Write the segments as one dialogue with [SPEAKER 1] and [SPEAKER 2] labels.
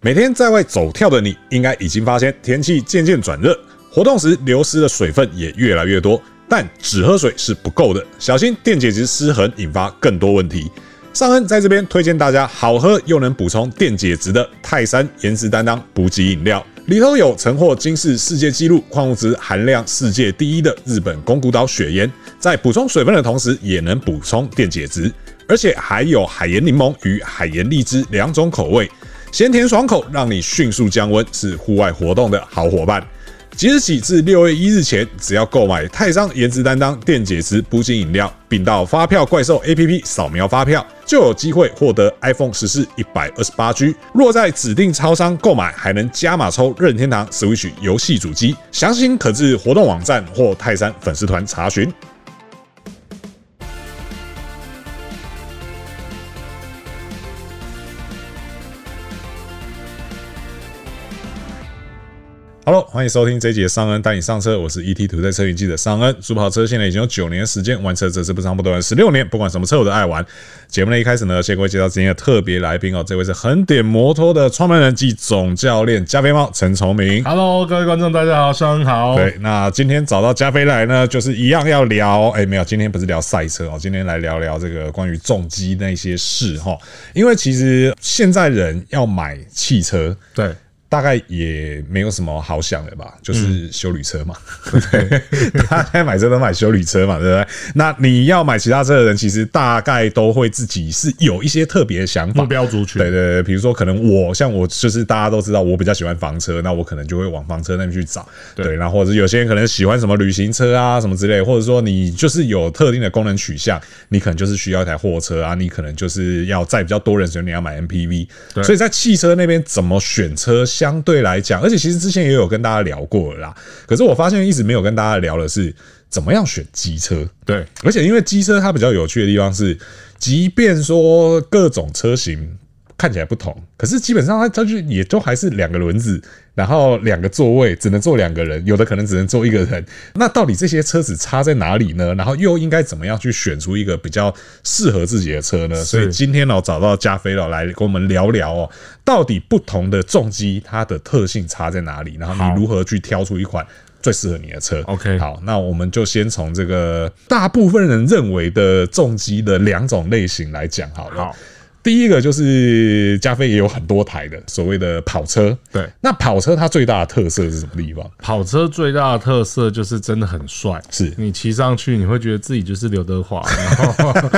[SPEAKER 1] 每天在外走跳的你，应该已经发现天气渐渐转热，活动时流失的水分也越来越多。但只喝水是不够的，小心电解质失衡引发更多问题。尚恩在这边推荐大家好喝又能补充电解质的泰山岩石担当补给饮料，里头有曾获金氏世界纪录矿物质含量世界第一的日本宫古岛雪盐，在补充水分的同时，也能补充电解质，而且还有海盐柠檬与海盐荔枝两种口味，咸甜爽口，让你迅速降温，是户外活动的好伙伴。即日起至六月一日前，只要购买泰商颜值担当电解质补给饮料，并到发票怪兽 APP 扫描发票，就有机会获得 iPhone 十四一百二十八 G。若在指定超商购买，还能加码抽任天堂 Switch 游戏主机。详情可至活动网站或泰山粉丝团查询。Hello，欢迎收听这一集的尚恩带你上车，我是 ET 图在车云记者尚恩。主跑车现在已经有九年时间，玩车则是不长不短十六年，不管什么车我都爱玩。节目的一开始呢，先为介绍今天的特别来宾哦，这位是横点摩托的创办人及总教练加菲猫陈崇明。
[SPEAKER 2] Hello，各位观众，大家好，上午好。
[SPEAKER 1] 对，那今天找到加菲来呢，就是一样要聊，哎、没有，今天不是聊赛车哦，今天来聊聊这个关于重机那些事哈。因为其实现在人要买汽车，
[SPEAKER 2] 对
[SPEAKER 1] 大概也没有什么好想的吧，
[SPEAKER 2] 嗯
[SPEAKER 1] 就是修旅车嘛， 对，大家现在买车都买修旅车嘛，对不对？那你要买其他车的人，其实大概都会自己是有一些特别的想法
[SPEAKER 2] 目。标族群，
[SPEAKER 1] 对对对，比如说可能我像我就是大家都知道我比较喜欢房车，那我可能就会往房车那边去找，
[SPEAKER 2] 对
[SPEAKER 1] 对，然后或者是有些人可能喜欢什么旅行车啊什么之类，或者说你就是有特定的功能取向，你可能就是需要一台货车啊，你可能就是要载比较多人，所以你要买 MPV，
[SPEAKER 2] 对
[SPEAKER 1] 所以在汽车那边怎么选车相对来讲，而且其实之前也有跟大家聊过了啦，可是我发现一直没有跟大家聊的是怎么样选机车，
[SPEAKER 2] 对
[SPEAKER 1] 而且因为机车它比较有趣的地方是，即便说各种车型看起来不同，可是基本上它它就也都还是两个轮子，然后两个座位，只能坐两个人，有的可能只能坐一个人。那到底这些车子差在哪里呢？然后又应该怎么样去选出一个比较适合自己的车呢？所以今天呢、找到加菲了来跟我们聊聊哦，到底不同的重机它的特性差在哪里，然后
[SPEAKER 2] 好
[SPEAKER 1] 你如何去挑出一款。最适合你的车
[SPEAKER 2] OK
[SPEAKER 1] 好，那我们就先从这个大部分人认为的重机的两种类型来讲好了。
[SPEAKER 2] 好，
[SPEAKER 1] 第一个就是加菲也有很多台的所谓的跑车，
[SPEAKER 2] 对。
[SPEAKER 1] 那跑车它最大的特色是什么地方？
[SPEAKER 2] 跑车最大的特色就是真的很帅，
[SPEAKER 1] 是
[SPEAKER 2] 你骑上去你会觉得自己就是刘德 华，然后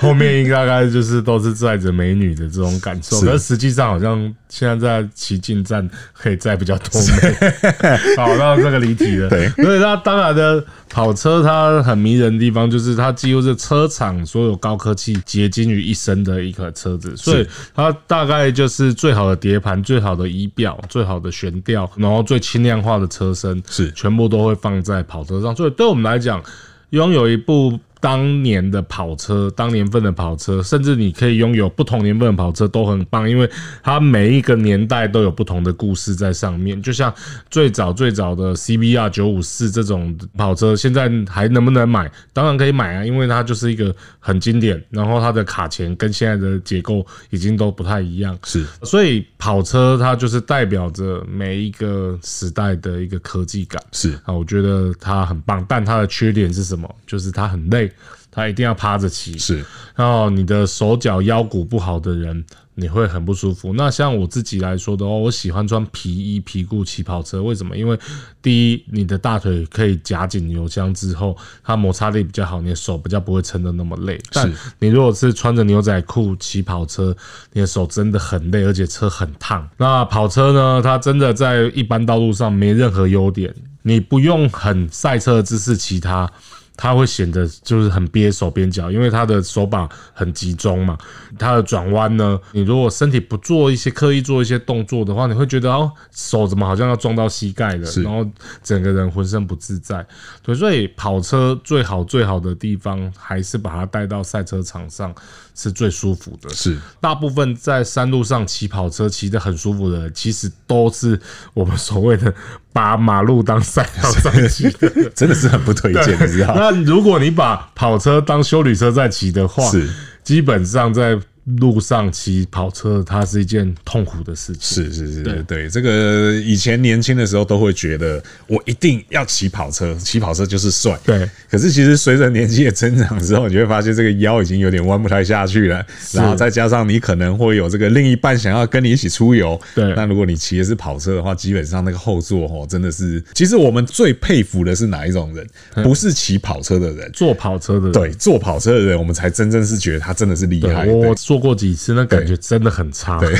[SPEAKER 2] 后面大概就是都是载着美女的这种感受。
[SPEAKER 1] 是
[SPEAKER 2] 可是实际上好像现在在骑进站可以载比较多美。 好，那这个离题了。
[SPEAKER 1] 对
[SPEAKER 2] 所以它当然的跑车它很迷人的地方就是它几乎是车厂所有高科技结晶于一身的一个车子，所以它大概就是最好的碟盘、最好的仪表、最好的悬吊，然后最轻量化的车身，
[SPEAKER 1] 是
[SPEAKER 2] 全部都会放在跑车上。所以对我们来讲，拥有一部当年的跑车、当年份的跑车，甚至你可以拥有不同年份的跑车都很棒，因为它每一个年代都有不同的故事在上面。就像最早最早的 CBR 九五四这种跑车，现在还能不能买？当然可以买啊，因为它就是一个很经典，然后它的卡钳跟现在的结构已经都不太一样。
[SPEAKER 1] 是
[SPEAKER 2] 所以跑车它就是代表着每一个时代的一个科技感。
[SPEAKER 1] 是
[SPEAKER 2] 啊，我觉得它很棒，但它的缺点是什么？就是它很累，它一定要趴着骑。
[SPEAKER 1] 是
[SPEAKER 2] 然后你的手脚腰骨不好的人，你会很不舒服。那像我自己来说的话，我喜欢穿皮衣皮裤骑跑车，为什么？因为第一，你的大腿可以夹紧油箱之后，它摩擦力比较好，你的手比较不会撑得那么累。但你如果是穿着牛仔裤骑跑车，你的手真的很累，而且车很烫。那跑车呢，它真的在一般道路上没任何优点，你不用很赛车的姿势骑它。它会显得就是很憋手边脚，因为它的手把很集中嘛。它的转弯呢，你如果身体不做一些刻意做一些动作的话，你会觉得哦，手怎么好像要撞到膝盖了，然后整个人浑身不自在。对，所以跑车最好最好的地方还是把它带到赛车场上是最舒服的。
[SPEAKER 1] 是
[SPEAKER 2] 大部分在山路上骑跑车骑得很舒服的人，其实都是我们所谓的把马路当赛道上骑的。
[SPEAKER 1] 真的是很不推荐， 你知道吗？
[SPEAKER 2] 那如果你把跑车当修理车在骑的话，
[SPEAKER 1] 是
[SPEAKER 2] 基本上在路上骑跑车，它是一件痛苦的事情。
[SPEAKER 1] 是是是，对对，这个以前年轻的时候都会觉得我一定要骑跑车，骑跑车就是帅。
[SPEAKER 2] 对，
[SPEAKER 1] 可是其实随着年纪的增长之后，你会发现这个腰已经有点弯不太下去了，然后再加上你可能会有这个另一半想要跟你一起出游，
[SPEAKER 2] 对
[SPEAKER 1] 那如果你骑的是跑车的话，基本上那个后座哦，真的是，其实我们最佩服的是哪一种人？
[SPEAKER 2] 嗯
[SPEAKER 1] 不是骑跑车的人，
[SPEAKER 2] 坐跑车的人，
[SPEAKER 1] 对，坐跑车的人，我们才真正是觉得他真的是厉害。
[SPEAKER 2] 对
[SPEAKER 1] 对
[SPEAKER 2] 我坐过几次，那感觉真的很差。对，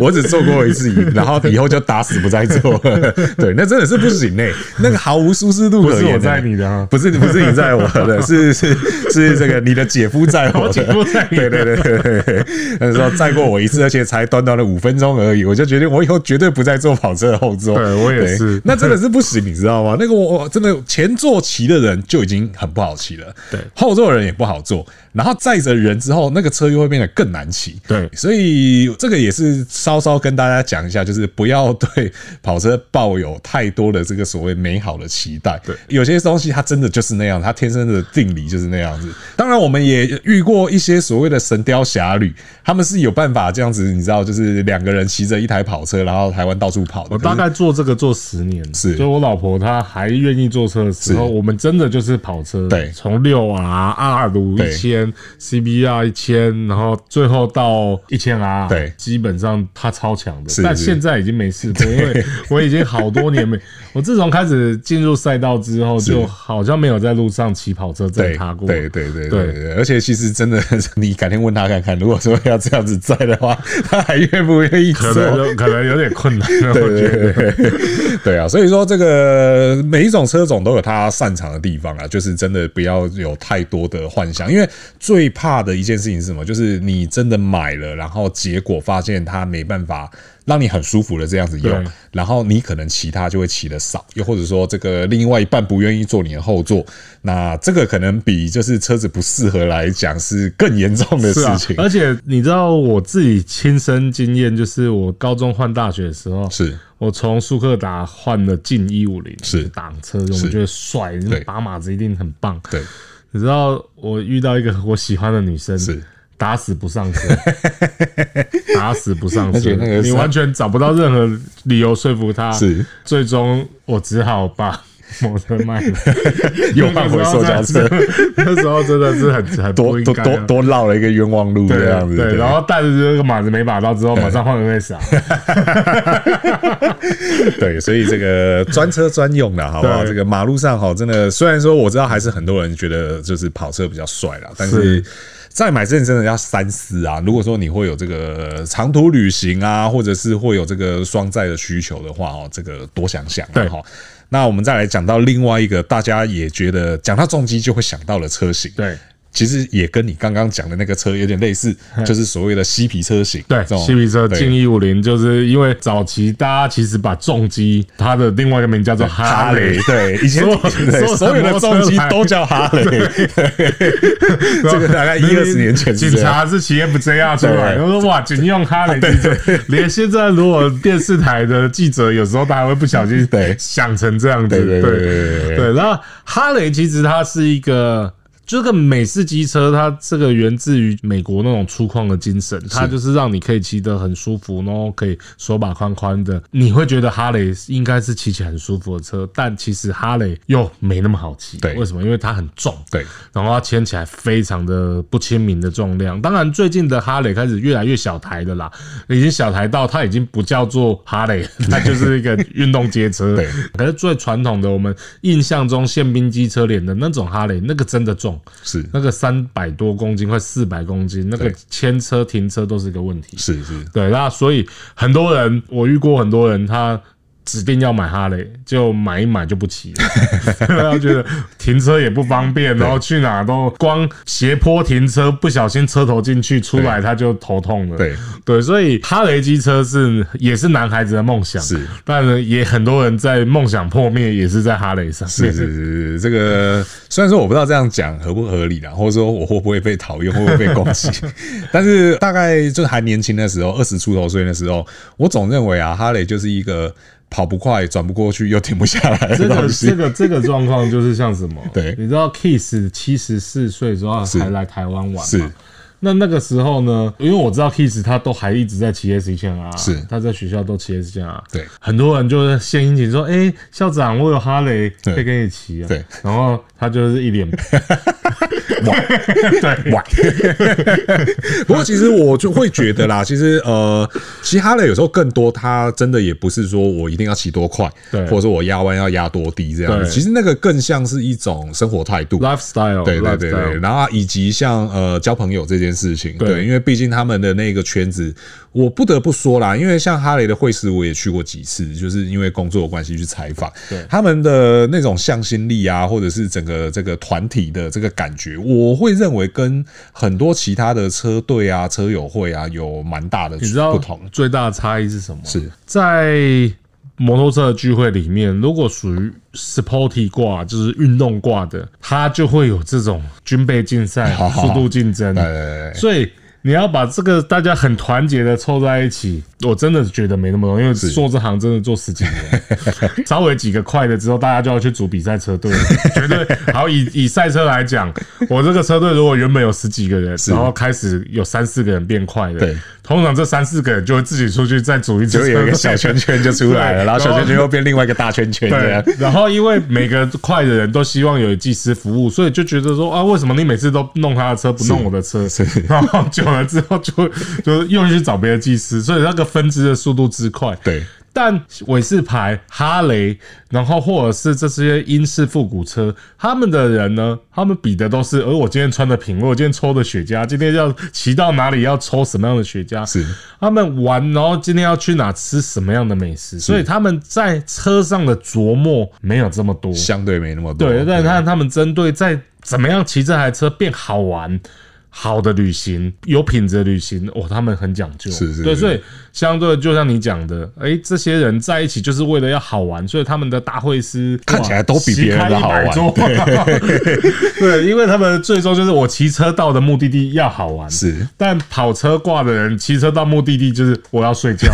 [SPEAKER 1] 我只做过一次瘾，然后以后就打死不再做了。对，那真的是不行哎、那个毫无舒适度可
[SPEAKER 2] 不是
[SPEAKER 1] 言、欸。
[SPEAKER 2] 我载你的啊
[SPEAKER 1] 不是不是你在我的，是是是这个你的姐夫在我的，
[SPEAKER 2] 我姐夫载你
[SPEAKER 1] 对
[SPEAKER 2] 的
[SPEAKER 1] 对对对对，那时候载过我一次，而且才短短的五分钟而已，我就决定我以后绝对不再坐跑车的后座。
[SPEAKER 2] 对我也
[SPEAKER 1] 对
[SPEAKER 2] 是
[SPEAKER 1] 那真的是不行，你知道吗？那个我我真的前座骑的人就已经很不好骑了，
[SPEAKER 2] 对
[SPEAKER 1] 后座的人也不好坐，然后载着人之后，那个车又会变得更难骑。
[SPEAKER 2] 对
[SPEAKER 1] 所以这个也是稍稍跟大家讲一下，就是不要对跑车抱有太多的这个所谓美好的期待。
[SPEAKER 2] 对
[SPEAKER 1] 有些东西它真的就是那样，它天生的定理就是那样子。当然，我们也遇过一些所谓的神雕侠侣，他们是有办法这样子，你知道，就是两个人骑着一台跑车，然后台湾到处跑的。
[SPEAKER 2] 我大概做这个做十年，
[SPEAKER 1] 是
[SPEAKER 2] 所以我老婆她还愿意坐车的时候，
[SPEAKER 1] 是
[SPEAKER 2] 我们真的就是跑车，
[SPEAKER 1] 对
[SPEAKER 2] 从六啊 R、R 五
[SPEAKER 1] 对
[SPEAKER 2] 一千、CBR 啊一千，然后最后到一千 R，
[SPEAKER 1] 对
[SPEAKER 2] 基本上她超强的
[SPEAKER 1] 是，
[SPEAKER 2] 但
[SPEAKER 1] 是
[SPEAKER 2] 现在已经没事做，因为我已经好多年没，我自从开始进入赛道之后，就好像没有在路上骑跑车
[SPEAKER 1] 对
[SPEAKER 2] 载她过，
[SPEAKER 1] 对对对对
[SPEAKER 2] 对
[SPEAKER 1] 对，而且其实真的， 你改天问他看看，如果说要这样子载的话， 他还愿不愿意
[SPEAKER 2] 可
[SPEAKER 1] 坐？
[SPEAKER 2] 能有可能有点困难，我觉
[SPEAKER 1] 对
[SPEAKER 2] 得。
[SPEAKER 1] 对对 对啊，所以说这个每一种车种都有它擅长的地方啊，就是真的不要有太多的幻想，因为最怕的一件事情是什么？就是你真的买了，然后结果发现它没办法让你很舒服的这样子用
[SPEAKER 2] 对，
[SPEAKER 1] 然后你可能骑它就会骑的少，又或者说这个另外一半不愿意坐你的后座，那这个可能比就是车子不适合来讲是更严重的
[SPEAKER 2] 是
[SPEAKER 1] 事
[SPEAKER 2] 啊
[SPEAKER 1] 情，。
[SPEAKER 2] 而且你知道我自己亲身经验，就是我高中换大学的时候，
[SPEAKER 1] 是
[SPEAKER 2] 我从速克达换了进一五零，
[SPEAKER 1] 是
[SPEAKER 2] 挡车，我觉得帅，那
[SPEAKER 1] 对
[SPEAKER 2] 把马子一定很棒。
[SPEAKER 1] 对，
[SPEAKER 2] 你知道我遇到一个我喜欢的女生，
[SPEAKER 1] 是
[SPEAKER 2] 打死 不上车，打死不上
[SPEAKER 1] 而且
[SPEAKER 2] 车，
[SPEAKER 1] 那个
[SPEAKER 2] 你
[SPEAKER 1] 是
[SPEAKER 2] 完全找不到任何理由说服她。
[SPEAKER 1] 是，
[SPEAKER 2] 最终我只好把。 摩托车卖了，
[SPEAKER 1] 又换回塑胶车
[SPEAKER 2] 那时候真的是很很不
[SPEAKER 1] 多
[SPEAKER 2] 应
[SPEAKER 1] 多
[SPEAKER 2] 该
[SPEAKER 1] 多
[SPEAKER 2] 啊
[SPEAKER 1] 多绕了一个冤枉路这
[SPEAKER 2] 对
[SPEAKER 1] 样子，
[SPEAKER 2] 对，然后带着这个马子没把到之后，马上 换 NS 啊，
[SPEAKER 1] 对，所以这个专车专用的，好不好？
[SPEAKER 2] 对
[SPEAKER 1] 这个马路上哈，真的虽然说我知道还是很多人觉得就是跑车比较帅啦，但是
[SPEAKER 2] 是。
[SPEAKER 1] 在买之前真的要三思啊！如果说你会有这个长途旅行啊，或者是会有这个双载的需求的话哦，这个多想想啊
[SPEAKER 2] 对
[SPEAKER 1] 哈。那我们再来讲到另外一个大家也觉得讲到重机就会想到的车型，
[SPEAKER 2] 对
[SPEAKER 1] 其实也跟你刚刚讲的那个车有点类似，就是所谓的嬉皮车型，
[SPEAKER 2] 对
[SPEAKER 1] 这，种
[SPEAKER 2] 嬉皮车
[SPEAKER 1] 对
[SPEAKER 2] 进一五零，就是因为早期大家其实把重机它的另外一个名叫做
[SPEAKER 1] 哈
[SPEAKER 2] 哈
[SPEAKER 1] 雷
[SPEAKER 2] 雷，，
[SPEAKER 1] 对，以前
[SPEAKER 2] 所有
[SPEAKER 1] 对
[SPEAKER 2] 所
[SPEAKER 1] 所
[SPEAKER 2] 有
[SPEAKER 1] 有
[SPEAKER 2] 的
[SPEAKER 1] 的
[SPEAKER 2] 摩托
[SPEAKER 1] 重机
[SPEAKER 2] 车牌
[SPEAKER 1] 都叫哈 雷，
[SPEAKER 2] 对
[SPEAKER 1] 这个大 概一二十年前是
[SPEAKER 2] 警
[SPEAKER 1] 这样
[SPEAKER 2] 察是骑 F J R 出来，
[SPEAKER 1] 对
[SPEAKER 2] 我说哇，警用哈雷机车，连现在如果电视台的记者有时候他还会不小心
[SPEAKER 1] 对
[SPEAKER 2] 想成这样子，
[SPEAKER 1] 对对对对对对
[SPEAKER 2] 对。然后哈雷其实它是一个。这个美式机车，它这个源自于美国那种粗犷的精神，它就是让你可以骑得很舒服，然后可以手把宽宽的。你会觉得哈雷应该是骑起来很舒服的车，但其实哈雷又没那么好骑。
[SPEAKER 1] 对
[SPEAKER 2] 为什么？因为它很重。
[SPEAKER 1] 对，
[SPEAKER 2] 然后它牵起来非常的不亲民的重量。当然，最近的哈雷开始越来越小台的啦，已经小台到它已经不叫做哈雷， 它就是一个运动街车。
[SPEAKER 1] 对，
[SPEAKER 2] 可是最传统的我们印象中宪兵机车脸的那种哈雷，那个真的重，
[SPEAKER 1] 是
[SPEAKER 2] 那个三百多公斤，快四百公斤，那个
[SPEAKER 1] 对
[SPEAKER 2] 牵车停车都是一个问题。
[SPEAKER 1] 是是，
[SPEAKER 2] 对，那所以很多人，我遇过很多人，他指定要买哈雷，就买一买就不骑 了， 他觉得停车也不方便，然后去哪都光斜坡停车，不小心车头进去出来他就头痛了。
[SPEAKER 1] 对
[SPEAKER 2] 对，所以哈雷机车是也是男孩子的梦想，
[SPEAKER 1] 是，
[SPEAKER 2] 但是也很多人在梦想破灭，也是在哈雷上面。
[SPEAKER 1] 是是是是，这个虽然说我不知道这样讲合不合理啦，或者说我会不会被讨厌，会不会被攻 击，但是大概就是还年轻的时候，二十出头岁的时候，我总认为啊，哈雷就是一个跑不快、转不过去又停不下来
[SPEAKER 2] 这
[SPEAKER 1] 的
[SPEAKER 2] 个
[SPEAKER 1] 东西
[SPEAKER 2] 这。个这个状况就是像什么？
[SPEAKER 1] 对
[SPEAKER 2] 你知道 Kiss 七十四岁之后
[SPEAKER 1] 是
[SPEAKER 2] 才来台湾玩嘛？
[SPEAKER 1] 是
[SPEAKER 2] 那那个时候呢，因为我知道 Kiss 他都还一直在骑 S 一千 R，
[SPEAKER 1] 是
[SPEAKER 2] 他在学校都骑 S 一千 R，
[SPEAKER 1] 对，
[SPEAKER 2] 很多人就是献殷勤说，哎、校长，我有哈雷
[SPEAKER 1] 对
[SPEAKER 2] 可以跟你骑啊，
[SPEAKER 1] 对，
[SPEAKER 2] 然后他就是 一脸， 对，
[SPEAKER 1] 哇！ 不过其实我就会觉得 啦，其实呃，其他的有时候更多，它真的也不是说我一定要骑多快，
[SPEAKER 2] 对
[SPEAKER 1] 或者说我压弯要压多低这样子。
[SPEAKER 2] 对
[SPEAKER 1] 其实那个更像是一种生活态度。
[SPEAKER 2] lifestyle，
[SPEAKER 1] 对对对
[SPEAKER 2] lifestyle
[SPEAKER 1] 对，然后以及像呃交朋友这件事情，
[SPEAKER 2] 对
[SPEAKER 1] 对，因为毕竟他们的那个圈子，我不得不说啦，因为像哈雷的会师我也去过几次，就是因为工作的关系去采访，
[SPEAKER 2] 对
[SPEAKER 1] 他们的那种向心力啊，或者是整个这个团体的这个感觉，我会认为跟很多其他的车队啊、车友会啊有蛮大的
[SPEAKER 2] 你知道
[SPEAKER 1] 不同，
[SPEAKER 2] 最大的差异是什么？
[SPEAKER 1] 是
[SPEAKER 2] 在摩托车的聚会里面，如果属于 sporty 挂，就是运动挂的，它就会有这种军备竞 赛、
[SPEAKER 1] 好好
[SPEAKER 2] 速度竞争，
[SPEAKER 1] 呃，
[SPEAKER 2] 所以。你要把这个大家很团结的凑在一起，我真的觉得没那么容易，因为做这行真的做十几年， 稍微几个快的之后，大家就要去组比赛车队了， 绝对。好，以以赛车来讲，我这个车队如果原本有十几个人，然后开始有三四个人变快的，
[SPEAKER 1] 对，
[SPEAKER 2] 通常这三四个人就会自己出去再组一支
[SPEAKER 1] 就
[SPEAKER 2] 车
[SPEAKER 1] 有一
[SPEAKER 2] 队
[SPEAKER 1] 个小圈圈就出来了，
[SPEAKER 2] 对
[SPEAKER 1] 然后小
[SPEAKER 2] 然后
[SPEAKER 1] 圈圈又变另外一个大圈圈这样
[SPEAKER 2] 对，，然后因为每个快的人都希望有技师服务，所以就觉得说啊，为什么你每次都弄他的车，不弄我的车？ 然后久了之后就就又去找别的技师，所以那个分支的速度之快。
[SPEAKER 1] 对。
[SPEAKER 2] 但韦氏牌、哈雷，然后或者是这些英式复古车，他们的人呢，他们比的都是，而呃我今天穿的品味，我今天抽的雪茄，今天要骑到哪里要抽什么样的雪茄，
[SPEAKER 1] 是
[SPEAKER 2] 他们玩，然后今天要去哪吃什么样的美食，所以他们在车上的琢磨没有这么多。
[SPEAKER 1] 相对没那么多，
[SPEAKER 2] 对，但看他们针对在怎么样骑这台车变好玩。好的旅行，有品质的旅行，哦，他们很讲究，
[SPEAKER 1] 是是
[SPEAKER 2] 对，
[SPEAKER 1] 是
[SPEAKER 2] 所以相对就像你讲的，哎、这些人在一起就是为了要好玩，所以他们的大会师
[SPEAKER 1] 看
[SPEAKER 2] 哇
[SPEAKER 1] 起来都比别人的好玩
[SPEAKER 2] 席开100桌 对，因为他们最终就是我骑车到的目的地要好玩，
[SPEAKER 1] 是
[SPEAKER 2] 但跑车挂的人骑车到目的地就是我要睡 觉，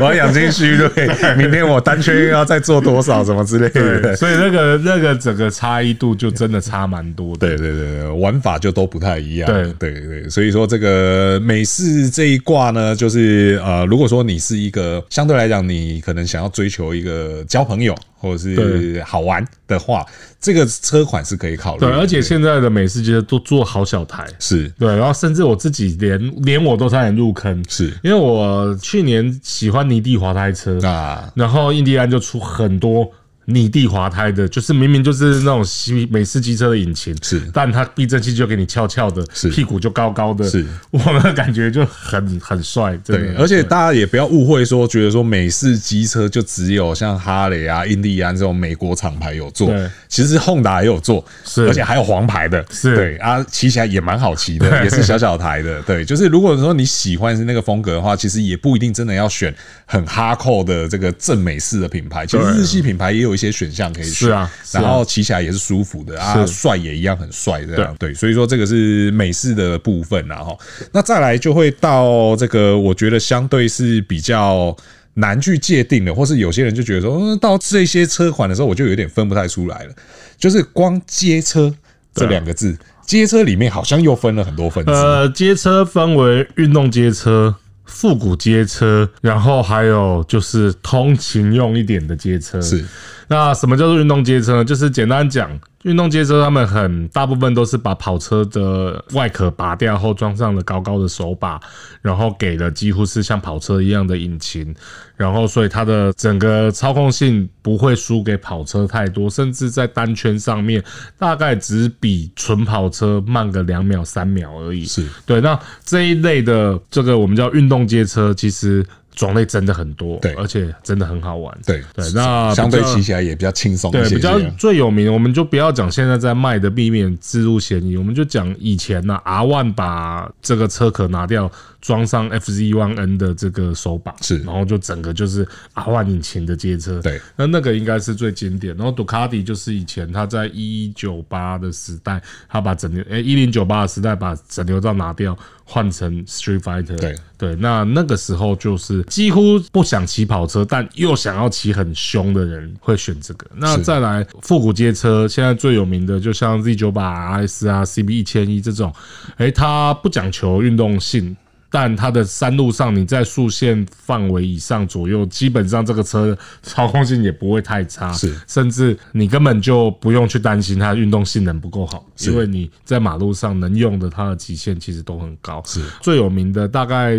[SPEAKER 1] 我要养精蓄锐，明天我单圈又要再做多少什么之类
[SPEAKER 2] 对，
[SPEAKER 1] 的。
[SPEAKER 2] 所以那个那个整个差异度就真的差蛮多的，
[SPEAKER 1] 对对对对，玩法就都不太一样。
[SPEAKER 2] 对
[SPEAKER 1] 对对，所以说这个美式这一挂呢，就是呃，如果说你是一个相对来讲，你可能想要追求一个交朋友或者是
[SPEAKER 2] 对
[SPEAKER 1] 好玩的话，这个车款是可以考虑的。
[SPEAKER 2] 对，而且现在的美式街都做好小台，
[SPEAKER 1] 是
[SPEAKER 2] 对，然后甚至我自己连连我都差点入坑，
[SPEAKER 1] 是
[SPEAKER 2] 因为我去年喜欢泥地滑胎车，
[SPEAKER 1] 啊，
[SPEAKER 2] 然后印第安就出很多。泥地滑胎的，就是明明就是那种西美式机车的引擎，
[SPEAKER 1] 是
[SPEAKER 2] 但它避震器就给你翘翘的，
[SPEAKER 1] 是
[SPEAKER 2] 屁股就高高的，
[SPEAKER 1] 是，
[SPEAKER 2] 我的感觉就很很帅，真
[SPEAKER 1] 对，
[SPEAKER 2] 的。
[SPEAKER 1] 而且大家也不要误会说，觉得说美式机车就只有像哈雷啊、印第安这种美国厂牌有做
[SPEAKER 2] 对，
[SPEAKER 1] 其实 Honda 也有做，
[SPEAKER 2] 是
[SPEAKER 1] 而且还有黄牌的，
[SPEAKER 2] 是
[SPEAKER 1] 对啊，骑起来也蛮好骑的，
[SPEAKER 2] 对
[SPEAKER 1] 也是小小台的，对，就是如果说你喜欢是那个风格的话，其实也不一定真的要选很哈扣的这个正美式的品牌，其实
[SPEAKER 2] 对
[SPEAKER 1] 日系品牌也有一些选项可以选，
[SPEAKER 2] 是啊是啊
[SPEAKER 1] 然后哦骑起来也是舒服的啊，
[SPEAKER 2] 是
[SPEAKER 1] 帅也一样很帅这样，对，所以说这个是美式的部分然后那再来就会到这个，我觉得相对是比较。难去界定的，或是有些人就觉得说，嗯，到这些车款的时候，我就有点分不太出来了。就是光街车这两个字，街车里面好像又分了很多分支。
[SPEAKER 2] 啊呃，街车分为运动街车、复古街车，然后还有就是通勤用一点的街车。
[SPEAKER 1] 是，
[SPEAKER 2] 那什么叫做运动街车呢？就是简单讲，运动街车他们很大部分都是把跑车的外壳拔掉后装上了高高的手把，然后给了几乎是像跑车一样的引擎，然后所以它的整个操控性不会输给跑车太多，甚至在单圈上面大概只比纯跑车慢个两秒三秒而已。
[SPEAKER 1] 是
[SPEAKER 2] 对，那这一类的这个我们叫运动街车，其实。种类真的很多，
[SPEAKER 1] 对
[SPEAKER 2] 而且真的很好玩，
[SPEAKER 1] 对
[SPEAKER 2] 对，那
[SPEAKER 1] 相对
[SPEAKER 2] 比较
[SPEAKER 1] 骑起来也比较轻松一
[SPEAKER 2] 对
[SPEAKER 1] 些。
[SPEAKER 2] 比较
[SPEAKER 1] 这样
[SPEAKER 2] 最有名，我们就不要讲现在在卖的避免置入嫌疑，我们就讲以前呢、r One 把这个车壳拿掉，装上 FZ One N 的这个手把，
[SPEAKER 1] 是
[SPEAKER 2] 然后就整个就是 R One 引擎的街车，
[SPEAKER 1] 对，
[SPEAKER 2] 那那个应该是最经典。然后杜卡迪就是以前他在一九八的时代，他把整流诶一零九八的时代把整流罩拿掉，换成 Street Fighter。
[SPEAKER 1] 对
[SPEAKER 2] 对，那那个时候就是几乎不想骑跑车，但又想要骑很凶的人会选这个。那
[SPEAKER 1] 是
[SPEAKER 2] 再来复古街车，现在最有名的就像 Z 九百 RS 啊、CB 一千一这种，诶、它不讲求运动性。但它的山路上，你在速限范围以上左右，基本上这个车操控性也不会太差，
[SPEAKER 1] 是
[SPEAKER 2] 甚至你根本就不用去担心它的运动性能不够好，因为你在马路上能用的它的极限其实都很高。
[SPEAKER 1] 是
[SPEAKER 2] 最有名的大概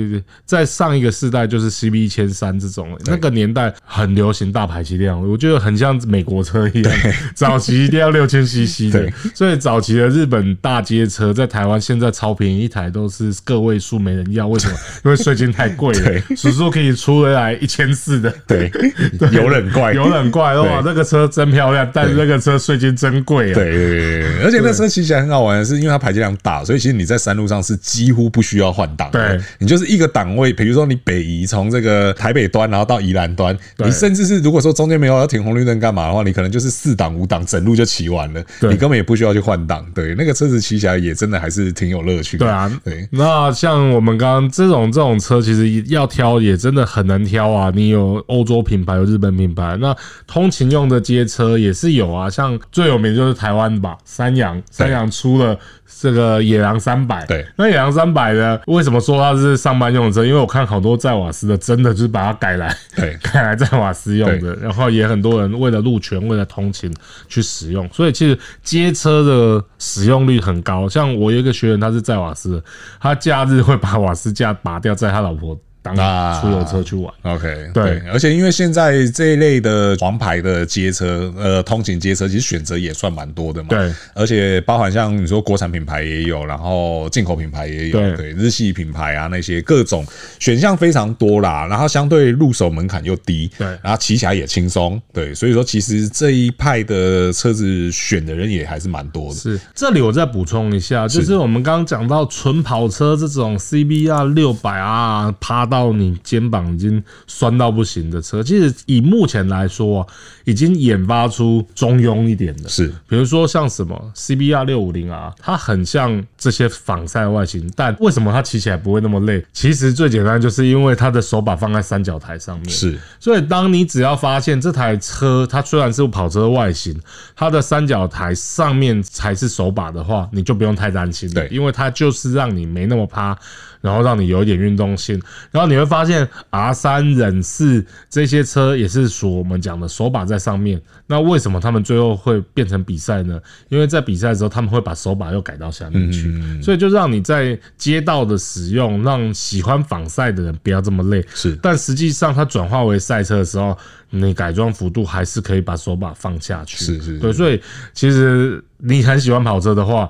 [SPEAKER 2] 在上一个世代就是 CB 一千三这种，那个年代很流行大排气量，我觉得很像美国车一样，早期一定要六千 CC 的
[SPEAKER 1] 对，
[SPEAKER 2] 所以早期的日本大街车在台湾现在超便宜，一台都是个位数没人要，为 什么？因为税金太贵了
[SPEAKER 1] 对，
[SPEAKER 2] 叔叔可以出得来一千四的。
[SPEAKER 1] 对， 有人怪，
[SPEAKER 2] 有人怪
[SPEAKER 1] 对
[SPEAKER 2] 哇，那个车真漂亮，但那个车税金真贵啊。
[SPEAKER 1] 对。对对对，而且那车骑起来很好玩的是，因为它排气量大，所以其实你在山路上是几乎不需要换挡的。
[SPEAKER 2] 对，
[SPEAKER 1] 你就是一个档位，比如说你北移从这个台北端，然后到宜兰端，
[SPEAKER 2] 对
[SPEAKER 1] 你甚至是如果说中间没有要停红绿灯干嘛的话，你可能就是四档五档整路就骑完了，
[SPEAKER 2] 对
[SPEAKER 1] 你根本也不需要去换挡。对，那个车子骑起来也真的还是挺有乐趣的。
[SPEAKER 2] 对啊
[SPEAKER 1] 对。
[SPEAKER 2] 那像我们刚刚这种这种车，其实要挑也真的很难挑啊。你有欧洲品牌，有日本品牌，那通勤用的街车也是有啊。像最有名就是台湾吧，三洋，三洋出了这个野狼三百。
[SPEAKER 1] 对
[SPEAKER 2] 那野狼三百呢？为什么说它是上班用的车？因为我看好多载瓦斯的，真的就是把它改来，
[SPEAKER 1] 对
[SPEAKER 2] 改来载瓦斯用的。然后也很多人为了路权、为了通勤去使用，所以其实街车的使用率很高。像我有一个学员，他是载瓦斯的，他假日会把瓦斯架拔掉，载他老婆当
[SPEAKER 1] 啊
[SPEAKER 2] 出游车去玩。
[SPEAKER 1] OK，
[SPEAKER 2] 对
[SPEAKER 1] 而且因为现在这一类的黄牌的街车，呃，通勤街车其实选择也算蛮多的嘛。
[SPEAKER 2] 对，
[SPEAKER 1] 而且包含像你说国产品牌也有，然后进口品牌也有，
[SPEAKER 2] 对
[SPEAKER 1] 日系品牌啊那些各种选项非常多啦。然后相对入手门槛又低，
[SPEAKER 2] 对
[SPEAKER 1] 然后骑起来也轻松，对，所以说其实这一派的车子选的人也还是蛮多的。
[SPEAKER 2] 是，这里我再补充一下，就是我们刚刚讲到纯跑车这种 CBR 六百啊，趴到你肩膀已经酸到不行的车，其实以目前来说、啊，已经研发出中庸一点的。
[SPEAKER 1] 是
[SPEAKER 2] 比如说像什么 CBR 六五零啊，它很像这些仿赛外形，但为什么它骑起来不会那么累？其实最简单就是因为它的手把放在三角台上面，
[SPEAKER 1] 是，
[SPEAKER 2] 所以，当你只要发现这台车它虽然是跑车外形，它的三角台上面才是手把的话，你就不用太担心了
[SPEAKER 1] 对
[SPEAKER 2] 因为它就是让你没那么趴，然后让你有一点运动性。然后你会发现 R 三、忍四这些车也是属我们讲的手把在上面。那为什么他们最后会变成比赛呢？因为在比赛的时候，他们会把手把又改到下面去，所以就让你在街道的使用，让喜欢仿赛的人不要这么累。
[SPEAKER 1] 是
[SPEAKER 2] 但实际上它转化为赛车的时候，你改装幅度还是可以把手把放下去。
[SPEAKER 1] 是是
[SPEAKER 2] 对，所以其实你很喜欢跑车的话。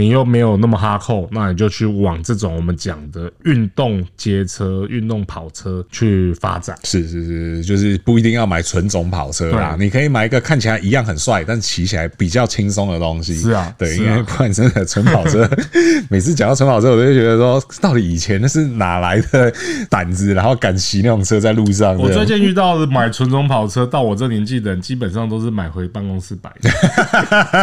[SPEAKER 2] 你又没有那么哈扣，那你就去往这种我们讲的运动街车、运动跑车去发展。
[SPEAKER 1] 是是是，就是不一定要买纯种跑车啦，
[SPEAKER 2] 对
[SPEAKER 1] 你可以买一个看起来一样很帅，但骑起来比较轻松的东西。
[SPEAKER 2] 是啊
[SPEAKER 1] 对，
[SPEAKER 2] 是
[SPEAKER 1] 因
[SPEAKER 2] 啊
[SPEAKER 1] 为不然真的纯跑 车，每次讲到纯跑车，我都会觉得说，到底以前那是哪来的胆子，然后敢骑那种车在路上？
[SPEAKER 2] 我
[SPEAKER 1] 这
[SPEAKER 2] 最
[SPEAKER 1] 样
[SPEAKER 2] 近遇到的买纯种跑车，到我这年纪的人，基本上都是买回办公室摆 的。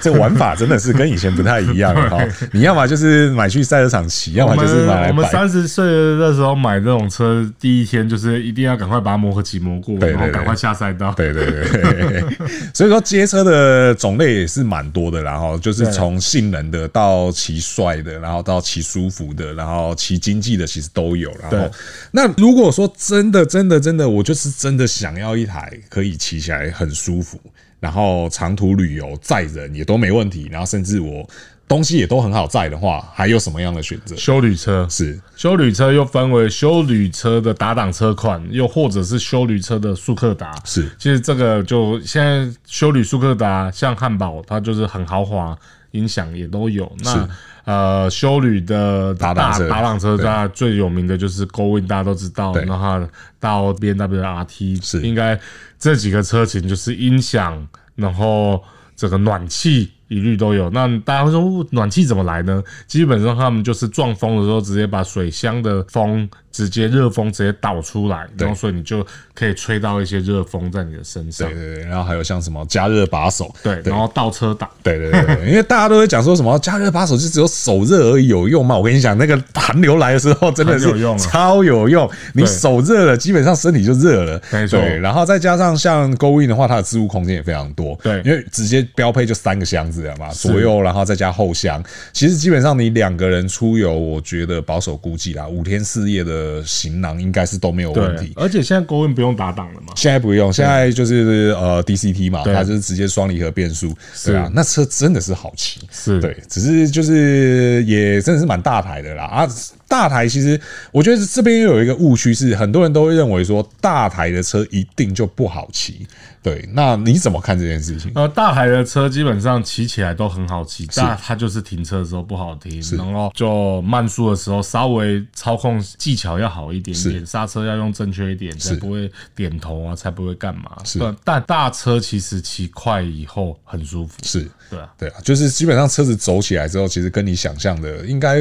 [SPEAKER 1] 这玩法真的是跟以前不太一 样了哈。你要么就是买去赛车场骑，要么就是买来
[SPEAKER 2] 我们
[SPEAKER 1] 摆。
[SPEAKER 2] 三十岁的时候买这种车，第一天就是一定要赶快把磨合期磨过，
[SPEAKER 1] 对对
[SPEAKER 2] 然后
[SPEAKER 1] 对
[SPEAKER 2] 赶快下赛道。
[SPEAKER 1] 对对对， 所以说街车的种类也是蛮多的啦齁，然后就是从性能的到骑帅的，然后到骑舒服的，然后骑经济的，其实都有。然
[SPEAKER 2] 对
[SPEAKER 1] 后，那如果说真的真的真的，我就是真的想要一台可以骑起来很舒服，然后长途旅游载人也都没问题，然后甚至我东西也都很好载的话，还有什么样的选择？
[SPEAKER 2] 修旅车，
[SPEAKER 1] 是
[SPEAKER 2] 修旅车又分为修旅车的打挡车款，又或者是修旅车的速克达。
[SPEAKER 1] 是
[SPEAKER 2] 其实这个就现在修旅速克达，像汉堡，它就是很豪华，音响也都有。那
[SPEAKER 1] 是
[SPEAKER 2] 呃，修旅的
[SPEAKER 1] 打
[SPEAKER 2] 打
[SPEAKER 1] 挡车
[SPEAKER 2] 打挡车，大家最有名的就是 Going，大家都知道。
[SPEAKER 1] 对
[SPEAKER 2] 然后到 B N W R T，
[SPEAKER 1] 是
[SPEAKER 2] 应该这几个车型就是音响，然后这个暖气一律都有。那大家会说哦暖气怎么来呢？基本上他们就是撞风的时候，直接把水箱的风直接热风直接导出来，
[SPEAKER 1] 对
[SPEAKER 2] 然后所以你就可以吹到一些热风在你的身上
[SPEAKER 1] 对。对对，然后还有像什么加热把手，
[SPEAKER 2] 对，然后倒车档，
[SPEAKER 1] 对对对对，因为大家都会讲说什么加热把手就只有手热而已有用嘛。我跟你讲，那个寒流来的时候真的是
[SPEAKER 2] 很有用啊
[SPEAKER 1] 超有用，你手热了，基本上身体就热了。
[SPEAKER 2] 没错
[SPEAKER 1] 对然后再加上像 Go In 的话，它的置物空间也非常多。
[SPEAKER 2] 对
[SPEAKER 1] 因为直接标配就三个箱子了嘛，左右，然后再加后箱。其实基本上你两个人出游，我觉得保守估计啦，五天四夜的行囊应该是都没有问
[SPEAKER 2] 对
[SPEAKER 1] 题，。
[SPEAKER 2] 而且现在国运不用打档了嘛，
[SPEAKER 1] 现在不用，现在就是呃 DCT 嘛，
[SPEAKER 2] 对
[SPEAKER 1] 它就是直接双离合变速，对啊，那车真的是好骑，
[SPEAKER 2] 是
[SPEAKER 1] 对，只是就是也真的是蛮大台的啦啊。大台其实我觉得这边有一个误区是，很多人都会认为说大台的车一定就不好骑，对，那你怎么看这件事情？
[SPEAKER 2] 呃，大台的车基本上骑起来都很好骑，但它就是停车的时候不好停，然后就慢速的时候稍微操控技巧要好一点点，刹车要用正确一点，才不会点头啊，才不会干嘛。
[SPEAKER 1] 是
[SPEAKER 2] 但但大车其实骑快以后很舒服，
[SPEAKER 1] 是
[SPEAKER 2] 对啊。
[SPEAKER 1] 对啊，就是基本上车子走起来之后，其实跟你想象的，应该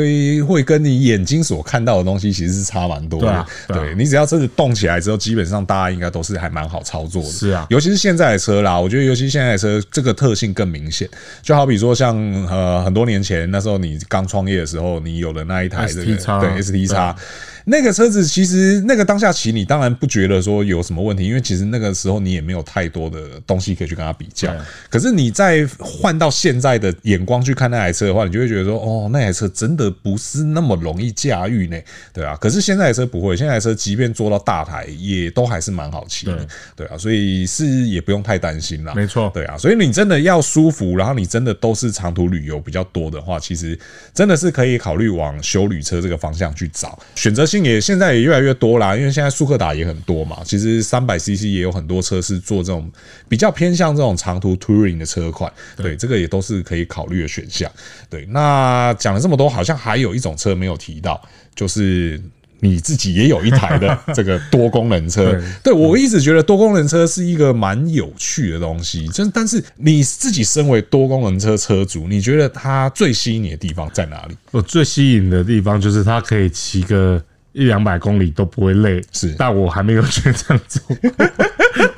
[SPEAKER 1] 会跟你眼睛所看到的东西，其实是差蛮多的。
[SPEAKER 2] 对啊对啊
[SPEAKER 1] 你只要车子动起来之后，基本上大家应该都是还蛮好操作的。
[SPEAKER 2] 是啊
[SPEAKER 1] 尤其是现在的车啦，我觉得尤其现在的车这个特性更明显。就好比说像呃很多年前那时候你刚创业的时候，你有了那一台这个
[SPEAKER 2] STX
[SPEAKER 1] 对 S T 叉。啊那个车子其实那个当下骑，你当然不觉得说有什么问题，因为其实那个时候你也没有太多的东西可以去跟它比较
[SPEAKER 2] 对。
[SPEAKER 1] 可是你再换到现在的眼光去看那台车的话，你就会觉得说，哦，那台车真的不是那么容易驾驭呢，对啊。可是现在的车不会，现在的车即便做到大台，也都还是蛮好骑的，对啊。所以是也不用太担心啦，
[SPEAKER 2] 没错
[SPEAKER 1] 对啊。所以你真的要舒服，然后你真的都是长途旅游比较多的话，其实真的是可以考虑往修旅车这个方向去找，选择性也现在也越来越多啦，因为现在速克达也很多嘛，其实三百 CC 也有很多车是做这种比较偏向这种长途 touring 的车款，对，这个也都是可以考虑的选项。对，那讲了这么多，好像还有一种车没有提到，就是。你自己也有一台 的这个多功能车，对我一直觉得多功能车是一个蛮有趣的东西。真，但是你自己身为多功能车车主，你觉得它最吸引你的地方在 哪里？
[SPEAKER 2] 我最吸引的地方就是它可以骑个一两百公里都不会累，
[SPEAKER 1] 是
[SPEAKER 2] 但我还没有去这样做过。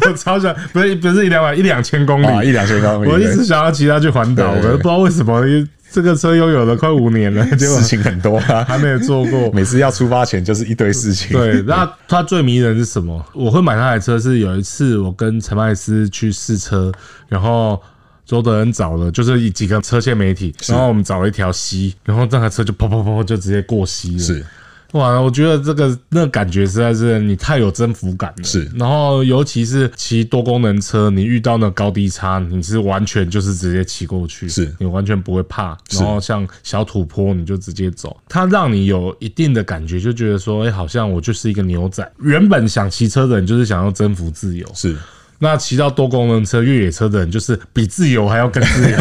[SPEAKER 2] 我超想，不是不是一两百一两千公里，
[SPEAKER 1] 啊，一两千公里，
[SPEAKER 2] 我一
[SPEAKER 1] 对
[SPEAKER 2] 直想要骑它去环岛，
[SPEAKER 1] 对
[SPEAKER 2] 可
[SPEAKER 1] 对对
[SPEAKER 2] 是不知道为什么这个车拥有了快五年了， 结果
[SPEAKER 1] 事情很多啊，
[SPEAKER 2] 还没有做 过。
[SPEAKER 1] 每次要出发前就是一堆事情。
[SPEAKER 2] 对，那它最迷人是什么？我会买那台车是有一次我跟陈麦斯去试车，然后周德恩找了就是几个车线媒体，然后我们找了一条溪，然后这台车就砰砰砰就直接过溪了。
[SPEAKER 1] 是
[SPEAKER 2] 哇，我觉得这个那个感觉实在是你太有征服感了。
[SPEAKER 1] 是
[SPEAKER 2] 然后尤其是骑多功能车，你遇到那高低差，你是完全就是直接骑过去，
[SPEAKER 1] 是
[SPEAKER 2] 你完全不会怕。然后像小土坡，你就直接走，它让你有一定的感觉，就觉得说，哎、好像我就是一个牛仔。原本想骑车的人就是想要征服自由，
[SPEAKER 1] 是，
[SPEAKER 2] 那骑到多功能车、越野车的人，就是比自由还要更自由。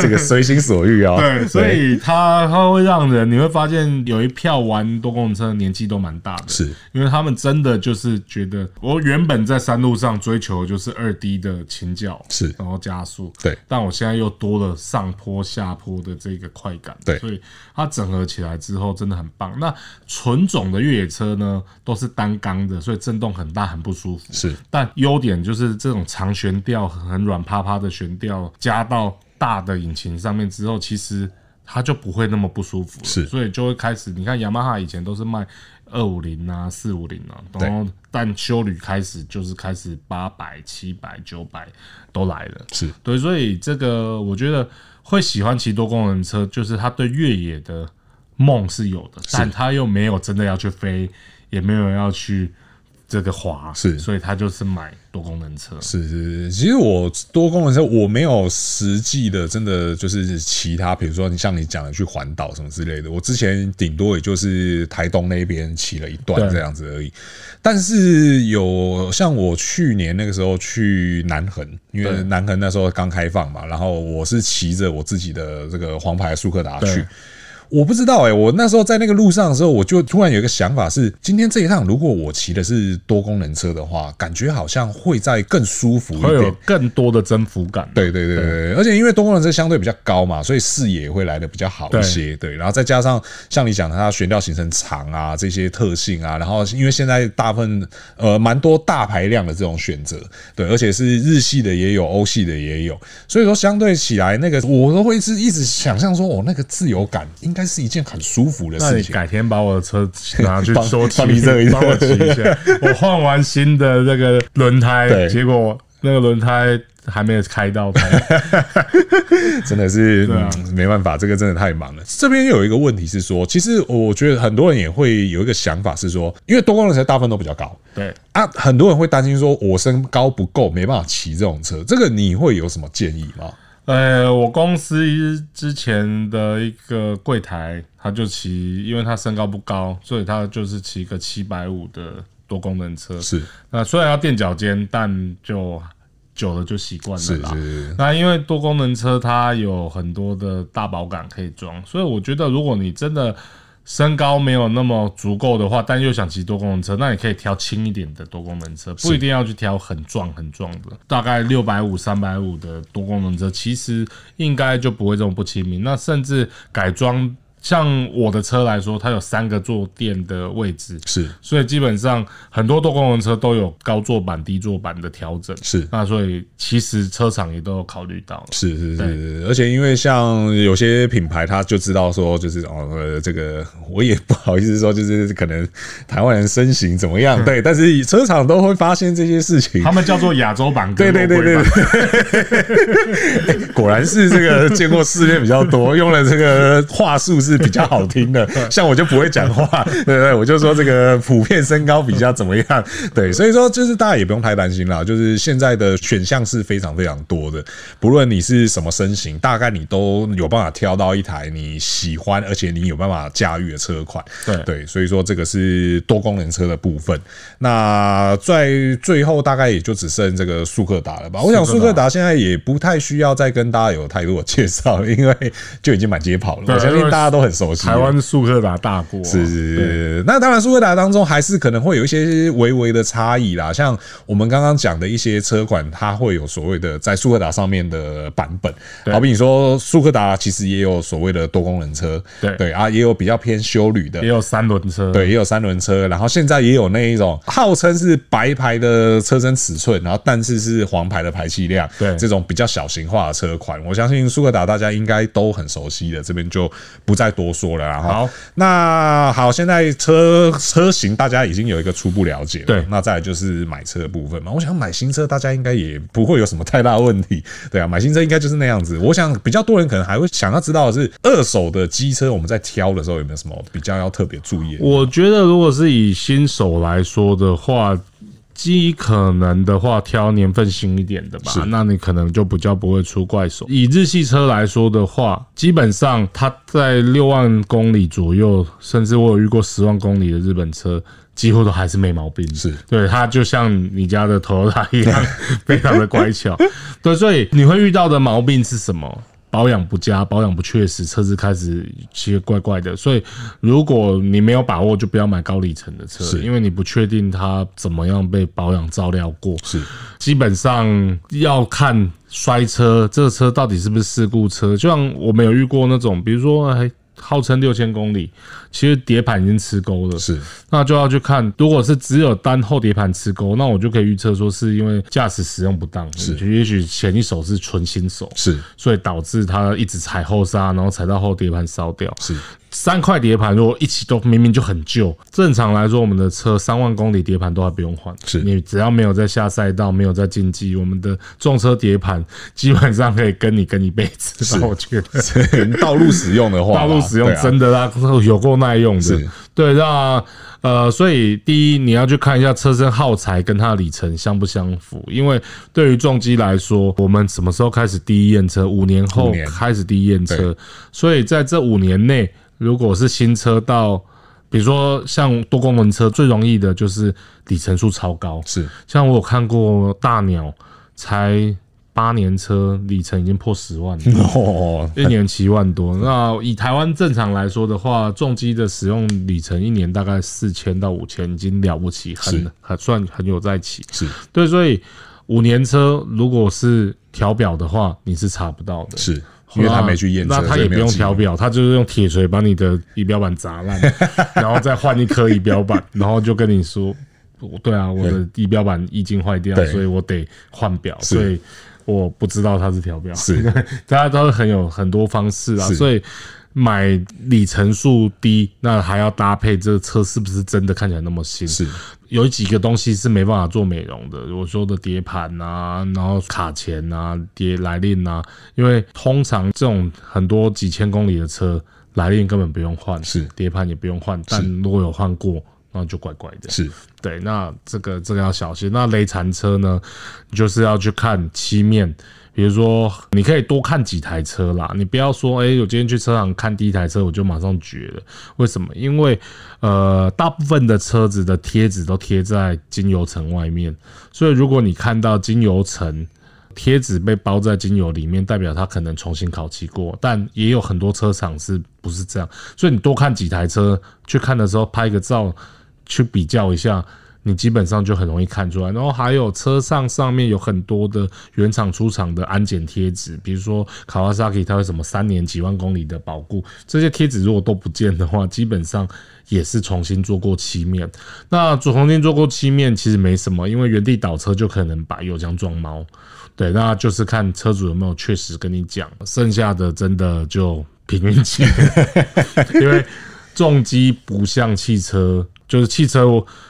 [SPEAKER 1] 这个随心所欲啊。
[SPEAKER 2] 对，所以它它会让人你会发现有一票玩多功能车的年纪都蛮大的，
[SPEAKER 1] 是
[SPEAKER 2] 因为他们真的就是觉得我原本在山路上追求的就是二 D 的情教，
[SPEAKER 1] 是
[SPEAKER 2] 然后加速，
[SPEAKER 1] 对，
[SPEAKER 2] 但我现在又多了上坡下坡的这个快感，
[SPEAKER 1] 对
[SPEAKER 2] 所以它整合起来之后真的很棒。那纯种的越野车呢都是单缸的，所以震动很大，很不舒服，
[SPEAKER 1] 是
[SPEAKER 2] 但优点就是这种长悬吊很软趴趴的悬吊加到大的引擎上面之后，其实它就不会那么不舒服了。
[SPEAKER 1] 是
[SPEAKER 2] 所以就会开始，你看雅马哈以前都是卖二五零啊、四五零啊，然后但修旅开始就是开始八百、七百、九百都来了。
[SPEAKER 1] 是
[SPEAKER 2] 对，所以这个我觉得会喜欢骑多功能车，就是他对越野的梦是有的，但他又没有真的要去飞，也没有要去这个滑，
[SPEAKER 1] 是
[SPEAKER 2] 所以他就是买多功能车。
[SPEAKER 1] 是是，是其实我多功能车我没有实际的，真的就是其他，比如说你像你讲的去环岛什么之类的，我之前顶多也就是台东那边骑了一段
[SPEAKER 2] 对
[SPEAKER 1] 这样子而已。但是有像我去年那个时候去南横，因为
[SPEAKER 2] 对
[SPEAKER 1] 南横那时候刚开放嘛，然后我是骑着我自己的这个黄牌速克达去
[SPEAKER 2] 对。
[SPEAKER 1] 我不知道哎、我那时候在那个路上的时候，我就突然有一个想法是，今天这一趟如果我骑的是多功能车的话，感觉好像会再更舒服
[SPEAKER 2] 会
[SPEAKER 1] 一
[SPEAKER 2] 有
[SPEAKER 1] 点。
[SPEAKER 2] 更多的征服感。
[SPEAKER 1] 对对对对对，而且因为多功能车相对比较高嘛，所以视野会来的比较好一些。对，然后再加上像你讲的，它悬吊行程长啊，这些特性啊，然后因为现在大部分呃蛮多大排量的这种选择，对，而且是日系的也有，欧系的也有，所以说相对起来那个我都会是一直想象说，我、哦那个自由感应该是一件很舒服的
[SPEAKER 2] 那
[SPEAKER 1] 事
[SPEAKER 2] 你
[SPEAKER 1] 情。
[SPEAKER 2] 改天把我 的车拿去
[SPEAKER 1] 帮
[SPEAKER 2] 说骑
[SPEAKER 1] 帮你热一热
[SPEAKER 2] 帮我骑一下。我换完新的那个轮胎，
[SPEAKER 1] 对
[SPEAKER 2] 结果那个轮胎还没有开到胎。
[SPEAKER 1] 真的是、
[SPEAKER 2] 啊
[SPEAKER 1] 嗯、没办法，这个真的太忙了。这边又有一个问题是说，其实我觉得很多人也会有一个想法是说，因为多功能车大部分都比较高
[SPEAKER 2] 对，
[SPEAKER 1] 啊，很多人会担心说我身高不够，没办法骑这种车。这个你会有什么建议吗？
[SPEAKER 2] 呃，我公司之前的一个柜台，他就骑，因为他身高不高，所以他就是骑一个七百五的多功能车。
[SPEAKER 1] 是
[SPEAKER 2] 那虽然要垫脚尖，但就久了就习惯了
[SPEAKER 1] 是
[SPEAKER 2] 啦。
[SPEAKER 1] 是，
[SPEAKER 2] 那因为多功能车它有很多的大保杆可以装，所以我觉得如果你真的身高没有那么足够的话，但又想骑多功能车，那你可以挑轻一点的多功能车，不一定要去挑很壮很壮的，大概六百五、三百五的多功能车，其实应该就不会这么不亲民。那甚至改装。像我的车来说，它有三个坐垫的位置，
[SPEAKER 1] 是
[SPEAKER 2] 所以基本上很多多功能车都有高座版、低座版的调整。
[SPEAKER 1] 是
[SPEAKER 2] 那所以其实车厂也都有考虑到了。
[SPEAKER 1] 是是是，是而且因为像有些品牌，他就知道说，就是哦，呃，这个我也不好意思说，就是可能台湾人身形怎么样，对，但是车厂都会发现这些事情
[SPEAKER 2] 他。们叫做亚洲版跟
[SPEAKER 1] 对对对
[SPEAKER 2] 欧规版，
[SPEAKER 1] 果然是这个见过世面比较多，用了这个话术是比较好听的。像我就不会讲话，对对，我就说这个普遍身高比较怎么样？对，所以说就是大家也不用太担心啦，就是现在的选项是非常非常多的，不论你是什么身形，大概你都有办法挑到一台你喜欢，而且你有办法驾驭的车款。
[SPEAKER 2] 对
[SPEAKER 1] 对，所以说这个是多功能车的部分。那在最后大概也就只剩这个速克达了吧？我想
[SPEAKER 2] 速克
[SPEAKER 1] 速
[SPEAKER 2] 达
[SPEAKER 1] 克达现在也不太需要再跟大家有太多的介绍，因为就已经满街跑了，
[SPEAKER 2] 对
[SPEAKER 1] 我相信大家都很熟悉了。
[SPEAKER 2] 台湾速克达大国、啊、
[SPEAKER 1] 是是是，那当然，苏格达当中还是可能会有一些微微的差异啦。像我们刚刚讲的一些车款，它会有所谓的在苏格达上面的版本，好比你说苏格达其实也有所谓的多功能车，
[SPEAKER 2] 对
[SPEAKER 1] 对啊，也有比较偏修旅的
[SPEAKER 2] 也。有三轮车，
[SPEAKER 1] 对，也有三轮车，然后现在也有那一种号称是白牌的车身尺寸，然后但是是黄牌的排气量，
[SPEAKER 2] 对
[SPEAKER 1] 这种比较小型化的车款，我相信苏格达大家应该都很熟悉的，这边就不再多说了啦。然后
[SPEAKER 2] 好，
[SPEAKER 1] 那好，现在车车型大家已经有一个初步了解了，
[SPEAKER 2] 对
[SPEAKER 1] 那再来就是买车的部分嘛，我想买新车，大家应该也不会有什么太大问题，对啊，买新车应该就是那样子。我想比较多人可能还会想要知道的是，二手的机车我们在挑的时候有没有什么比较要特别注意的？
[SPEAKER 2] 我觉得如果是以新手来说的话，极可能的话挑年份新一点的吧
[SPEAKER 1] 是，
[SPEAKER 2] 那你可能就比较不会出怪手。以日系车来说的话，基本上它在六万公里左右，甚至我有遇过十万公里的日本车。几乎都还是没毛病，
[SPEAKER 1] 是
[SPEAKER 2] 对它就像你家的 Toyota 一 样，非常的乖巧。对，所以你会遇到的毛病是什么？保养不佳、保养不确实，车子开始其实怪怪的。所以，如果你没有把握，就不要买高里程的车，
[SPEAKER 1] 是
[SPEAKER 2] 因为你不确定它怎么样被保养照料过。
[SPEAKER 1] 是
[SPEAKER 2] 基本上要看摔车，这个车到底是不是事故车。就像我们有遇过那种，比如说还号称六千公里，其实碟盘已经吃沟了，
[SPEAKER 1] 是
[SPEAKER 2] 那就要去看，如果是只有单后碟盘吃钩，那我就可以预测说是因为驾驶使用不当，也许前一手是纯新手，
[SPEAKER 1] 是
[SPEAKER 2] 所以导致他一直踩后刹，然后踩到后碟盘烧掉。
[SPEAKER 1] 是
[SPEAKER 2] 三块碟盘如果一起都明明就很旧，正常来说我们的车三万公里碟盘都还不用换，
[SPEAKER 1] 是
[SPEAKER 2] 你只要没有在下赛道，没有在竞技，我们的重车碟盘基本上可以跟你跟一辈子，
[SPEAKER 1] 是
[SPEAKER 2] 那我觉得。
[SPEAKER 1] 是，道路使用的话啦，
[SPEAKER 2] 道路使用
[SPEAKER 1] 对啊
[SPEAKER 2] 真的啦，有够耐用的
[SPEAKER 1] 是。
[SPEAKER 2] 对，那呃，所以第一你要去看一下车身耗材跟它的里程相不相符，因为对于重机来说，我们什么时候开始第一验车？五年后
[SPEAKER 1] 五年
[SPEAKER 2] 开始第一验车
[SPEAKER 1] 对，
[SPEAKER 2] 所以在这五年内，如果是新车到。比如说，像多功能车最容易的就是里程数超高，
[SPEAKER 1] 是
[SPEAKER 2] 像我有看过大鸟才八年车里程已经破十万了。
[SPEAKER 1] 哦，
[SPEAKER 2] 一年七万多，那以台湾正常来说的话，重机的使用里程一年大概四千到五千，已经了不起，很
[SPEAKER 1] 是
[SPEAKER 2] 很算很有在骑。
[SPEAKER 1] 是
[SPEAKER 2] 对，所以五年车如果是调表的话，你是查不到的。
[SPEAKER 1] 是，因为他没去验车，
[SPEAKER 2] 那他
[SPEAKER 1] 所以
[SPEAKER 2] 也
[SPEAKER 1] 没有
[SPEAKER 2] 不用
[SPEAKER 1] 记录
[SPEAKER 2] 调表，他就是用铁锤把你的仪表板 砸烂，然后再换一颗仪表板，然后就跟你说，我对啊，我的仪表板已经坏掉
[SPEAKER 1] 对，
[SPEAKER 2] 所以我得换表，
[SPEAKER 1] 是
[SPEAKER 2] 所以我不知道它是调表，
[SPEAKER 1] 是
[SPEAKER 2] 大家都很有很多方式啊，
[SPEAKER 1] 是
[SPEAKER 2] 所以。买里程数低，那还要搭配这个车是不是真的看起来那么新？
[SPEAKER 1] 是
[SPEAKER 2] 有几个东西是没办法做美容的，我说的碟盘啊，然后卡钳啊，碟来令啊，因为通常这种很多几千公里的车，来令根本不用换，
[SPEAKER 1] 是
[SPEAKER 2] 碟盘也不用换，但如果有换过，那就怪怪的。
[SPEAKER 1] 是
[SPEAKER 2] 对，那这个这个要小心。那雷残车呢，你就是要去看漆面，比如说你可以多看几台车啦，你不要说，哎、我今天去车行看第一台车我就马上绝了。为什么？因为呃，大部分的车子的贴纸都贴在精油层外面，所以如果你看到精油层。贴纸被包在精油里面，代表它可能重新烤漆过，但也有很多车厂是不是这样？所以你多看几台车，去看的时候拍个照，去比较一下，你基本上就很容易看出来。然后还有车上上面有很多的原厂出厂的安检贴纸，比如说卡瓦萨 a 它会什么三年几万公里的保固，这些贴纸如果都不见的话，基本上也是重新做过漆面。那重新做过漆面其实没什么，因为原地倒车就可能把油箱撞猫。对，那就是看车主有没有确实跟你讲，剩下的真的就凭运气。 因为重机不像汽车，就是汽车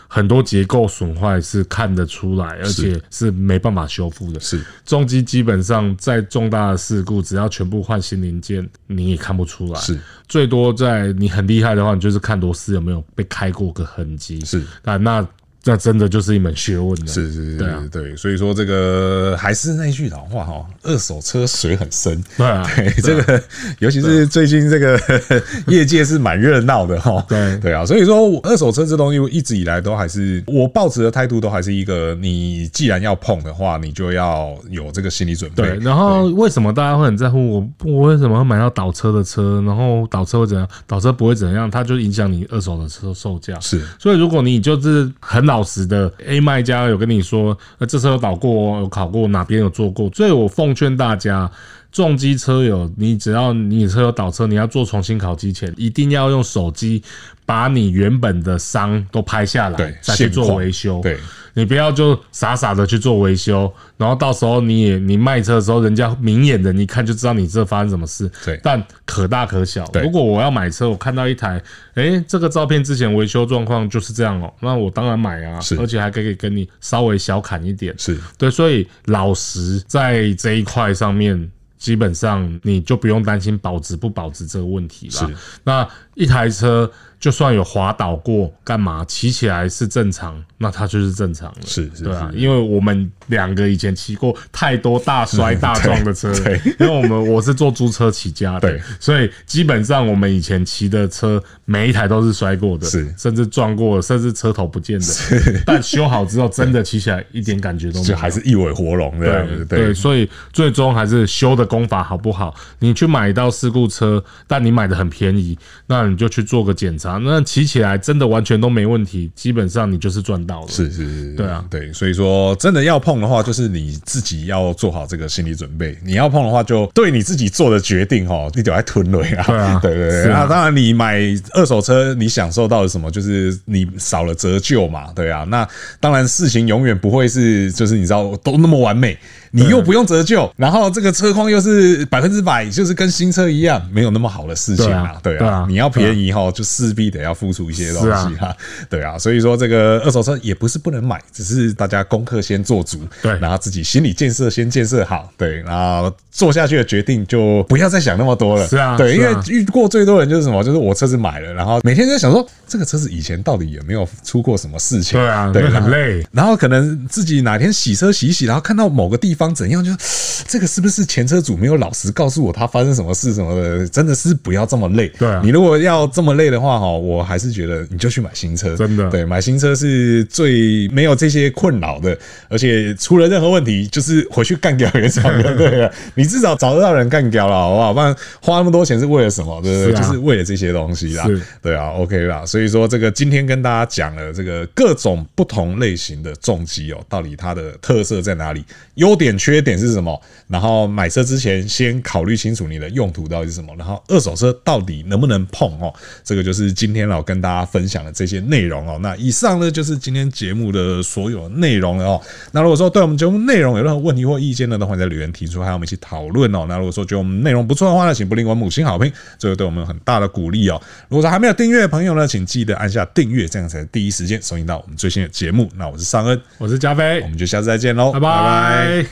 [SPEAKER 2] 很多结构损坏是看得出来，而且是没办法修复的。
[SPEAKER 1] 是
[SPEAKER 2] 重机基本上在重大的事故，只要全部换新零件，你也看不出来。
[SPEAKER 1] 是
[SPEAKER 2] 最多在你很厉害的话，你就是看螺丝有没有被开过个痕迹。
[SPEAKER 1] 是
[SPEAKER 2] 啊，那那真的就是一门学问了。
[SPEAKER 1] 是是
[SPEAKER 2] 对啊
[SPEAKER 1] 是，对，所以说这个还是那句老话哈，二手车水很深。
[SPEAKER 2] 对啊，
[SPEAKER 1] 对，这个尤其是最近这个 业界是蛮热闹的哈。
[SPEAKER 2] 对
[SPEAKER 1] 对啊，所以说我二手车这东西我一直以来都还是我抱持的态度都还是一个，你既然要碰的话，你就要有这个心理准备。
[SPEAKER 2] 对，然后为什么大家会很在乎我？我为什么会买到倒车的车？然后倒车会怎样？倒车不会怎样，它就影响你二手的车售价。
[SPEAKER 1] 是
[SPEAKER 2] 所以如果你就是很老实的 A 卖家有跟你说，呃，这车有倒过哦，有考过，哪边有做过，所以我奉劝大家。重机车友，你只要你车有倒车，你要做重新烤机前，一定要用手机把你原本的伤都拍下
[SPEAKER 1] 对
[SPEAKER 2] 来，再去
[SPEAKER 1] 现
[SPEAKER 2] 做
[SPEAKER 1] 况
[SPEAKER 2] 维修。
[SPEAKER 1] 对，
[SPEAKER 2] 你不要就傻傻的去做维修，然后到时候你也你卖车的时候，人家明眼人一看就知道你这发生什么事。
[SPEAKER 1] 对
[SPEAKER 2] 但可大可小。
[SPEAKER 1] 对
[SPEAKER 2] 如果我要买车，我看到一台，诶，这个照片之前维修状况就是这样哦、那我当然买啊
[SPEAKER 1] 是，
[SPEAKER 2] 而且还可以跟你稍微小砍一点。
[SPEAKER 1] 是
[SPEAKER 2] 对，所以老实在这一块上面。基本上你就不用担心保值不保值这个问题啦
[SPEAKER 1] 是。
[SPEAKER 2] 那一台车就算有滑倒过，干嘛骑起来是正常，那它就是正常的。
[SPEAKER 1] 是是
[SPEAKER 2] 对啊，
[SPEAKER 1] 是
[SPEAKER 2] 因为我们两个以前骑过太多大摔大撞的车了，
[SPEAKER 1] 对
[SPEAKER 2] 因为我们我是做租车起家的
[SPEAKER 1] 对，
[SPEAKER 2] 所以基本上我们以前骑的车每一台都是摔过的，
[SPEAKER 1] 是
[SPEAKER 2] 甚至撞过的，甚至车头不见的，但修好之后真的骑起来一点感觉都没
[SPEAKER 1] 就
[SPEAKER 2] 有
[SPEAKER 1] 还。是一尾活龙这样子。
[SPEAKER 2] 对
[SPEAKER 1] 对，
[SPEAKER 2] 所以最终还是修的功法好不好？你去买到事故车，但你买的很便宜，那你就去做个检查，那骑起来真的完全都没问题，基本上你就是赚到了。
[SPEAKER 1] 是是是，
[SPEAKER 2] 对啊
[SPEAKER 1] 对，所以说真的要碰的话，就是你自己要做好这个心理准备。你要碰的话，就对你自己做的决定哦，你就来吞了啊。
[SPEAKER 2] 对 啊
[SPEAKER 1] 对对
[SPEAKER 2] 是
[SPEAKER 1] 对。
[SPEAKER 2] 啊
[SPEAKER 1] 那当然，你买二手车，你享受到的什么，就是你少了折旧嘛，对啊。那当然，事情永远不会是，就是你知道都那么完美，你又不用折旧，然后这个车况又是百分之百，就是跟新车一样，没有那么好的事情啊，对
[SPEAKER 2] 对啊对啊
[SPEAKER 1] 啊。你要便宜哈，就势必得要付出一些东
[SPEAKER 2] 是啊
[SPEAKER 1] 西啊，对啊，所以说这个二手车也不是不能买，只是大家功课先做足，
[SPEAKER 2] 对
[SPEAKER 1] 然后自己心理建设先建设好，对，然后做下去的决定就不要再想那么多了，
[SPEAKER 2] 是啊
[SPEAKER 1] 对，
[SPEAKER 2] 是
[SPEAKER 1] 因
[SPEAKER 2] 啊
[SPEAKER 1] 为遇过最多人就是什么，就是我车子买了，然后每天在想说这个车子以前到底有没有出过什么事情，
[SPEAKER 2] 对啊，
[SPEAKER 1] 对，
[SPEAKER 2] 那
[SPEAKER 1] 然后
[SPEAKER 2] 很累。
[SPEAKER 1] 然后可能自己哪天洗车洗一洗，然后看到某个地方怎样，就 这个是不是前车主没有老实告诉我他发生什么事什么的？真的是不要这么累。
[SPEAKER 2] 对啊
[SPEAKER 1] 你如果要这么累的话，哈，我还是觉得你就去买新车，
[SPEAKER 2] 真的
[SPEAKER 1] 对，买新车是最没有这些困扰的，而且出了任何问题，就是回去干掉原 厂就对了。你至少找得到人干掉了，好不好？不然花那么多钱是为了什么？对不对？
[SPEAKER 2] 是啊
[SPEAKER 1] 就是为了这些东西啦
[SPEAKER 2] 是。
[SPEAKER 1] 对啊，OK 啦。所以说，这个今天跟大家讲了这个各种不同类型的重机哦，到底它的特色在哪里，优点缺点是什么？然后买车之前先考虑清楚你的用途到底是什么，然后二手车到底能不能碰哦？这个就是今天老跟大家分享的这些内容哦。那以上呢就是今天节目的所有内容了哦。那如果说对我们节目内容有任何问题或意见呢，都欢迎在留言提出，还有我们一起讨论哦。那如果说觉得我们内容不错的话呢，请不吝给我们五星好评，这个对我们有很大的鼓励哦。如果说还没有订阅的朋友呢，请记得按下订阅，这样才能第一时间收听到我们最新的节目。那我是尚恩，
[SPEAKER 2] 我是加菲
[SPEAKER 1] 我，们就下次再见喽，
[SPEAKER 2] 拜拜。